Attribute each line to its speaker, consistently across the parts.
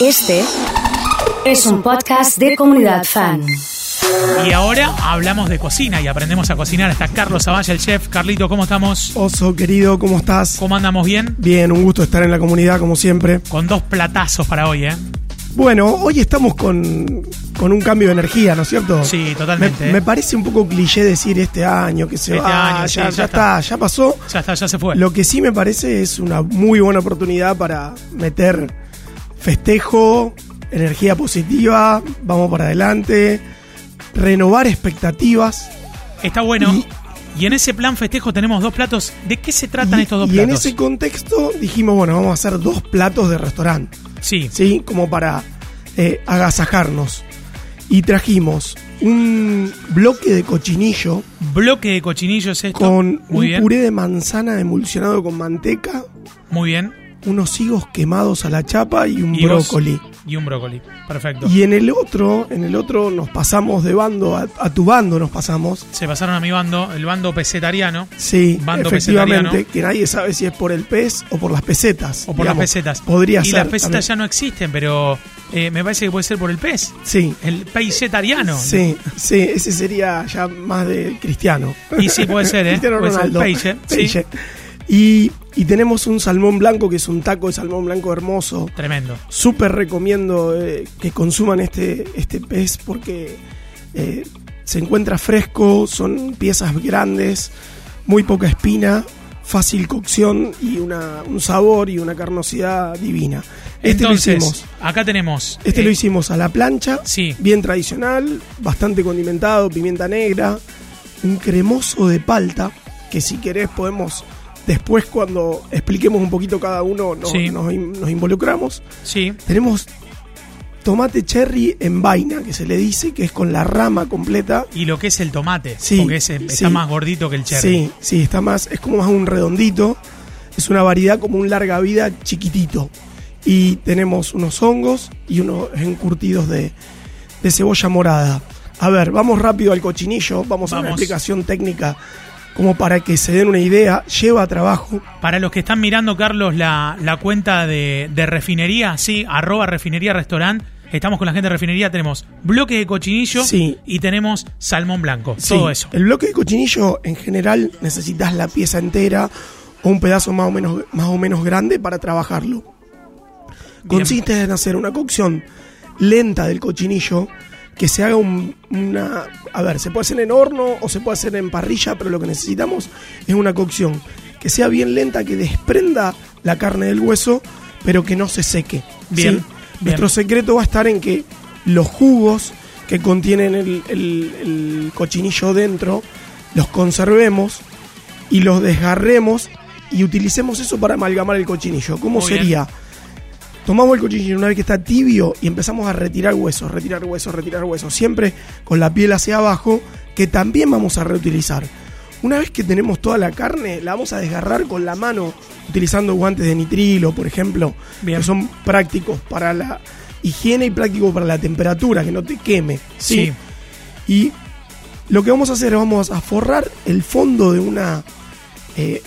Speaker 1: Este es un podcast de comunidad fan.
Speaker 2: Y ahora hablamos de cocina y aprendemos a cocinar. Está Carlos Zavalla, el chef. Carlito, ¿cómo estamos?
Speaker 3: Oso, querido, ¿cómo estás?
Speaker 2: ¿Cómo andamos bien?
Speaker 3: Bien, un gusto estar en la comunidad, como siempre.
Speaker 2: Con dos platazos para hoy, ¿eh?
Speaker 3: Bueno, hoy estamos con, con un cambio de energía, ¿no es cierto?
Speaker 2: Sí, totalmente. ¿eh?
Speaker 3: Me, me parece un poco cliché decir este año que se
Speaker 2: Este
Speaker 3: va,
Speaker 2: año, sí,
Speaker 3: ya,
Speaker 2: ya está.
Speaker 3: ya está, ya pasó.
Speaker 2: Ya está, ya se fue.
Speaker 3: Lo que sí me parece es una muy buena oportunidad para meter festejo, energía positiva, vamos para adelante, renovar expectativas.
Speaker 2: Está bueno. Y, en ese plan festejo tenemos dos platos. ¿De qué se tratan
Speaker 3: Y-
Speaker 2: estos dos
Speaker 3: y en
Speaker 2: platos?
Speaker 3: ese contexto dijimos, bueno, vamos a hacer dos platos de restaurante.
Speaker 2: Sí,
Speaker 3: ¿sí? Como para eh, agasajarnos. Y trajimos un bloque de cochinillo
Speaker 2: bloque de cochinillos esto.
Speaker 3: con
Speaker 2: Muy
Speaker 3: un
Speaker 2: bien.
Speaker 3: puré de manzana emulsionado con manteca,
Speaker 2: Muy bien.
Speaker 3: unos higos quemados a la chapa y un
Speaker 2: Y vos-
Speaker 3: brócoli.
Speaker 2: Y un brócoli. Perfecto.
Speaker 3: Y en el otro, en el otro nos pasamos de bando, a, a tu bando nos pasamos.
Speaker 2: Se pasaron a mi bando, el bando pesetariano.
Speaker 3: Sí,
Speaker 2: Bando
Speaker 3: efectivamente,
Speaker 2: pesetariano.
Speaker 3: que nadie sabe si es por el pez o por las pesetas.
Speaker 2: O por las
Speaker 3: digamos.
Speaker 2: pesetas.
Speaker 3: Podría
Speaker 2: y
Speaker 3: ser.
Speaker 2: las pesetas
Speaker 3: también.
Speaker 2: ya no existen, pero eh, me parece que puede ser por el pez.
Speaker 3: Sí,
Speaker 2: El peisetariano.
Speaker 3: sí, sí, ese sería ya más del cristiano.
Speaker 2: Y sí, puede ser, ¿eh?
Speaker 3: Cristiano
Speaker 2: Puede ser.
Speaker 3: Ronaldo.
Speaker 2: Peixe, sí.
Speaker 3: Peixe. Y, y tenemos un salmón blanco, que es un taco de salmón blanco hermoso.
Speaker 2: Tremendo.
Speaker 3: Súper recomiendo eh, que consuman este, este pez porque eh, se encuentra fresco, son piezas grandes, muy poca espina, fácil cocción y una, un sabor y una carnosidad divina. Este
Speaker 2: Entonces,
Speaker 3: lo hicimos.
Speaker 2: acá tenemos.
Speaker 3: Este
Speaker 2: eh,
Speaker 3: lo hicimos a la plancha,
Speaker 2: sí.
Speaker 3: bien tradicional, bastante condimentado, pimienta negra, un cremoso de palta, que si querés podemos, después cuando expliquemos un poquito cada uno, no-
Speaker 2: Sí.
Speaker 3: nos, in- nos involucramos.
Speaker 2: Sí,
Speaker 3: Tenemos tomate cherry en vaina, que se le dice, que es con la rama completa.
Speaker 2: y lo que es el tomate.
Speaker 3: Sí,
Speaker 2: Porque ese está
Speaker 3: sí.
Speaker 2: más gordito que el cherry.
Speaker 3: Sí, sí, está más, es como más un redondito, es una variedad como un larga vida chiquitito. Y tenemos unos hongos y unos encurtidos de, de cebolla morada. A ver, vamos rápido al cochinillo, vamos, a una
Speaker 2: Vamos.
Speaker 3: explicación técnica como para que se den una idea, lleva trabajo,
Speaker 2: Para los que están mirando, Carlos, la, la cuenta de, de refinería, sí, arroba refinería restaurant. Estamos con la gente de refinería, tenemos bloque de cochinillo
Speaker 3: Sí.
Speaker 2: y tenemos salmón blanco. Todo
Speaker 3: Sí, Eh,
Speaker 2: eso.
Speaker 3: El bloque de cochinillo, en general, necesitas la pieza entera o un pedazo más o menos, más o menos grande para trabajarlo. Consiste en hacer una cocción lenta del cochinillo que se haga un- una... A ver, se puede hacer en horno o se puede hacer en parrilla, pero lo que necesitamos es una cocción que sea bien lenta, que desprenda la carne del hueso, pero que no se seque.
Speaker 2: Bien,
Speaker 3: ¿sí? Nuestro
Speaker 2: bien.
Speaker 3: secreto va a estar en que los jugos que contienen el, el- el cochinillo dentro los conservemos y los desgarremos y utilicemos eso para amalgamar el cochinillo. ¿Cómo
Speaker 2: Muy bien.
Speaker 3: sería? Tomamos el cochinillo una vez que está tibio y empezamos a retirar huesos, retirar huesos, retirar huesos, siempre con la piel hacia abajo, que también vamos a reutilizar. Una vez que tenemos toda la carne, la vamos a desgarrar con la mano, utilizando guantes de nitrilo, por ejemplo,
Speaker 2: Bien.
Speaker 3: que son prácticos para la higiene y prácticos para la temperatura, que no te queme.
Speaker 2: Sí.
Speaker 3: Y lo que vamos a hacer es vamos a forrar el fondo de una eh,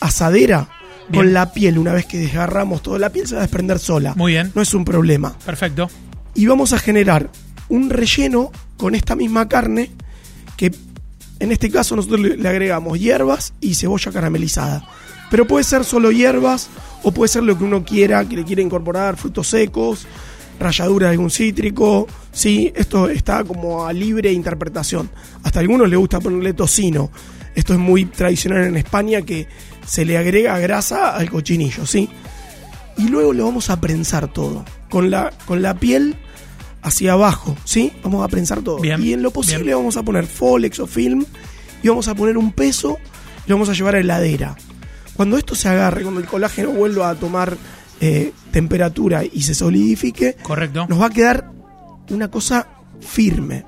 Speaker 3: asadera
Speaker 2: Bien.
Speaker 3: con la piel. Una vez que desgarramos toda la piel se va a desprender sola.
Speaker 2: Muy bien.
Speaker 3: No es un problema.
Speaker 2: Perfecto.
Speaker 3: Y vamos a generar un relleno con esta misma carne que en este caso nosotros le le agregamos hierbas y cebolla caramelizada. Pero puede ser solo hierbas o puede ser lo que uno quiera, que le quiera incorporar frutos secos, ralladura de algún cítrico. Sí, esto está como a libre interpretación. Hasta a algunos les gusta ponerle tocino. Esto es muy tradicional en España que se le agrega grasa al cochinillo, ¿sí? Y luego lo vamos a prensar todo. Con la, con la piel hacia abajo, ¿sí? Vamos a prensar todo.
Speaker 2: Bien,
Speaker 3: y en lo posible
Speaker 2: bien.
Speaker 3: vamos a poner Folex o film y vamos a poner un peso y lo vamos a llevar a heladera. Cuando esto se agarre, cuando el colágeno vuelva a tomar eh, temperatura y se solidifique,
Speaker 2: Correcto.
Speaker 3: nos va a quedar una cosa firme,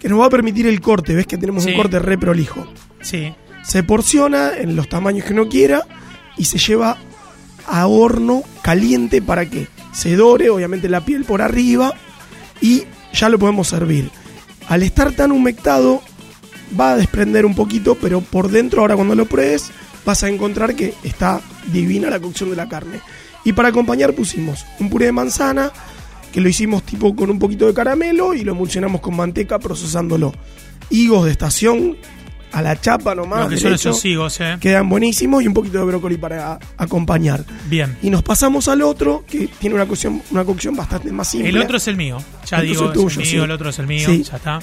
Speaker 3: que nos va a permitir el corte. Ves que tenemos
Speaker 2: Sí.
Speaker 3: un corte re prolijo.
Speaker 2: Sí.
Speaker 3: Se porciona en los tamaños que uno quiera y se lleva a horno caliente para que se dore, obviamente, la piel por arriba y ya lo podemos servir. Al estar tan humectado, va a desprender un poquito, pero por dentro, ahora cuando lo pruebes, vas a encontrar que está divina la cocción de la carne. Y para acompañar pusimos un puré de manzana, que lo hicimos tipo con un poquito de caramelo y lo emulsionamos con manteca procesándolo. Higos de estación a la chapa nomás.
Speaker 2: Lo que son
Speaker 3: derecho,
Speaker 2: esos higos, eh.
Speaker 3: Quedan buenísimos y un poquito de brócoli para acompañar.
Speaker 2: Bien.
Speaker 3: Y nos pasamos al otro, que tiene una cocción, una cocción bastante más simple.
Speaker 2: El otro es el mío. Ya
Speaker 3: Entonces
Speaker 2: digo, es
Speaker 3: tuyo,
Speaker 2: el mío,
Speaker 3: sí.
Speaker 2: el otro es el mío,
Speaker 3: Sí.
Speaker 2: ya está.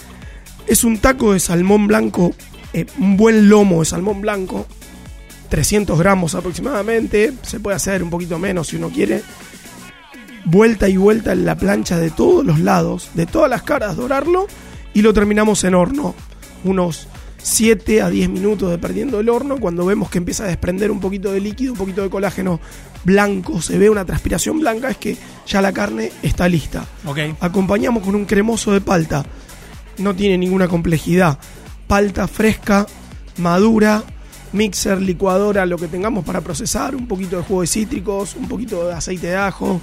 Speaker 3: Es un taco de salmón blanco, eh, un buen lomo de salmón blanco, 300 gramos aproximadamente, se puede hacer un poquito menos si uno quiere. Vuelta y vuelta en la plancha de todos los lados, de todas las caras, dorarlo y lo terminamos en horno. Unos 7 a 10 minutos dependiendo del horno, cuando vemos que empieza a desprender un poquito de líquido, un poquito de colágeno blanco, se ve una transpiración blanca, es que ya la carne está lista
Speaker 2: Ok.
Speaker 3: acompañamos con un cremoso de palta. No tiene ninguna complejidad. Palta fresca, madura, mixer, licuadora, lo que tengamos para procesar, un poquito de jugo de cítricos, un poquito de aceite de ajo,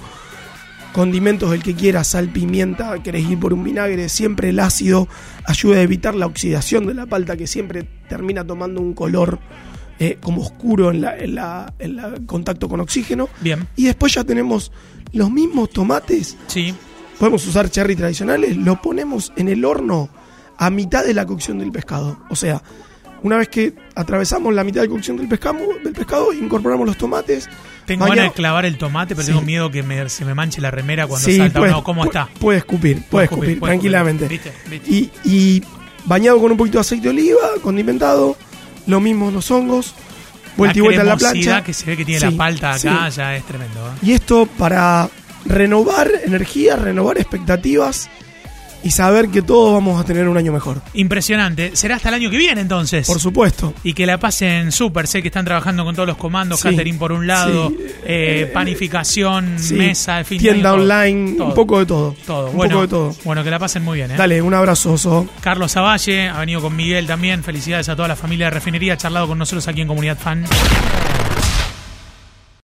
Speaker 3: condimentos del que quiera, sal, pimienta, querés ir por un vinagre, siempre el ácido ayuda a evitar la oxidación de la palta que siempre termina tomando un color eh, como oscuro en la- en la- en la contacto con oxígeno.
Speaker 2: Bien.
Speaker 3: Y después ya tenemos los mismos tomates
Speaker 2: Sí.
Speaker 3: podemos usar cherry tradicionales, lo ponemos en el horno a mitad de la cocción del pescado. O sea, una vez que atravesamos la mitad de la cocción del pescado, del pescado incorporamos los tomates.
Speaker 2: Tengo
Speaker 3: Mañana-
Speaker 2: ganas de clavar el tomate, pero
Speaker 3: Sí.
Speaker 2: tengo miedo que me- se me manche la remera cuando
Speaker 3: Sí,
Speaker 2: salta. o
Speaker 3: puede-
Speaker 2: no, ¿cómo
Speaker 3: pu-
Speaker 2: está?
Speaker 3: Puede escupir,
Speaker 2: escupir,
Speaker 3: puede escupir,
Speaker 2: puede escupir.
Speaker 3: tranquilamente.
Speaker 2: Viste, viste.
Speaker 3: Y, y bañado con un poquito de aceite de oliva, condimentado, lo mismo los hongos, vuelta y vuelta en la
Speaker 2: cremosidad
Speaker 3: plancha.
Speaker 2: que se ve que tiene
Speaker 3: Sí,
Speaker 2: la palta acá
Speaker 3: sí.
Speaker 2: ya es tremendo. ¿eh?
Speaker 3: Y esto para renovar energía, renovar expectativas y saber que todos vamos a tener un año mejor.
Speaker 2: Impresionante. Será hasta el año que viene entonces.
Speaker 3: Por supuesto.
Speaker 2: y que la pasen súper. Sé que están trabajando con todos los comandos,
Speaker 3: Sí,
Speaker 2: catering por un lado,
Speaker 3: sí,
Speaker 2: eh, panificación,
Speaker 3: Sí.
Speaker 2: mesa, en fin.
Speaker 3: Tienda
Speaker 2: todo,
Speaker 3: online,
Speaker 2: todo,
Speaker 3: un poco de todo.
Speaker 2: todo.
Speaker 3: Un
Speaker 2: bueno,
Speaker 3: poco de todo.
Speaker 2: Bueno, que la pasen muy bien. ¿eh?
Speaker 3: Dale, un abrazo, Oso.
Speaker 2: Carlos Zavalle ha venido con Miguel también. Felicidades a toda la familia de Refinería. Ha charlado con nosotros aquí en Comunidad Fan.